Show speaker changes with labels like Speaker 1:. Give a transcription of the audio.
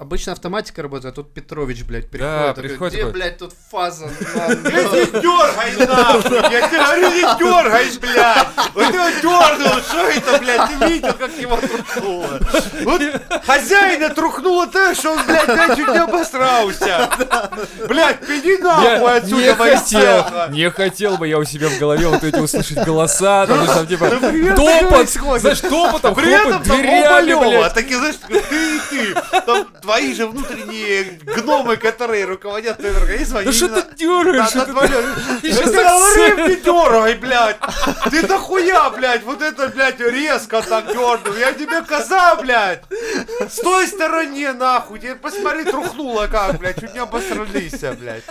Speaker 1: Обычно автоматика работает, а тут Петрович, блядь, приходит.
Speaker 2: Да,
Speaker 1: такой,
Speaker 2: приходит
Speaker 1: Где,
Speaker 2: такой,
Speaker 1: блядь, тут фаза?
Speaker 3: Не дергай нахуй! Я тебе говорю, не дергай, блядь! Вот ты его дернул, что это, блядь? Ты видел, как его трухнуло? Вот хозяина трухнуло так, что он, блядь, да, чуть не обосрался. Блядь, иди нахуй
Speaker 2: Я не хотел,
Speaker 3: отсюда, Вайсеха.
Speaker 2: не хотел бы я у себя в голове вот эти услышать голоса, там, ну, там, типа,
Speaker 3: привет,
Speaker 2: топот,
Speaker 3: происходит.
Speaker 2: знаешь, топотом,
Speaker 3: При этом
Speaker 2: хлопот
Speaker 3: там оба
Speaker 2: дверями,
Speaker 3: Лёва,
Speaker 2: блядь.
Speaker 3: такие, знаешь, ты и ты. Там твои же внутренние гномы, которые руководят твоим организмом. они
Speaker 2: Да что
Speaker 3: именно-
Speaker 2: ты дергаешь?
Speaker 3: Да,
Speaker 2: что
Speaker 3: да,
Speaker 2: ты-
Speaker 3: твоё-
Speaker 2: Ты
Speaker 3: Да
Speaker 2: щас
Speaker 3: ты
Speaker 2: так
Speaker 3: говори, не дергай, блядь! Ты дохуя, блядь, вот это, блядь, резко так дернул. Я тебе коза, блядь! С той стороне, нахуй! Тебе посмотри, трухнуло как, блядь, чуть не обосрались, блядь.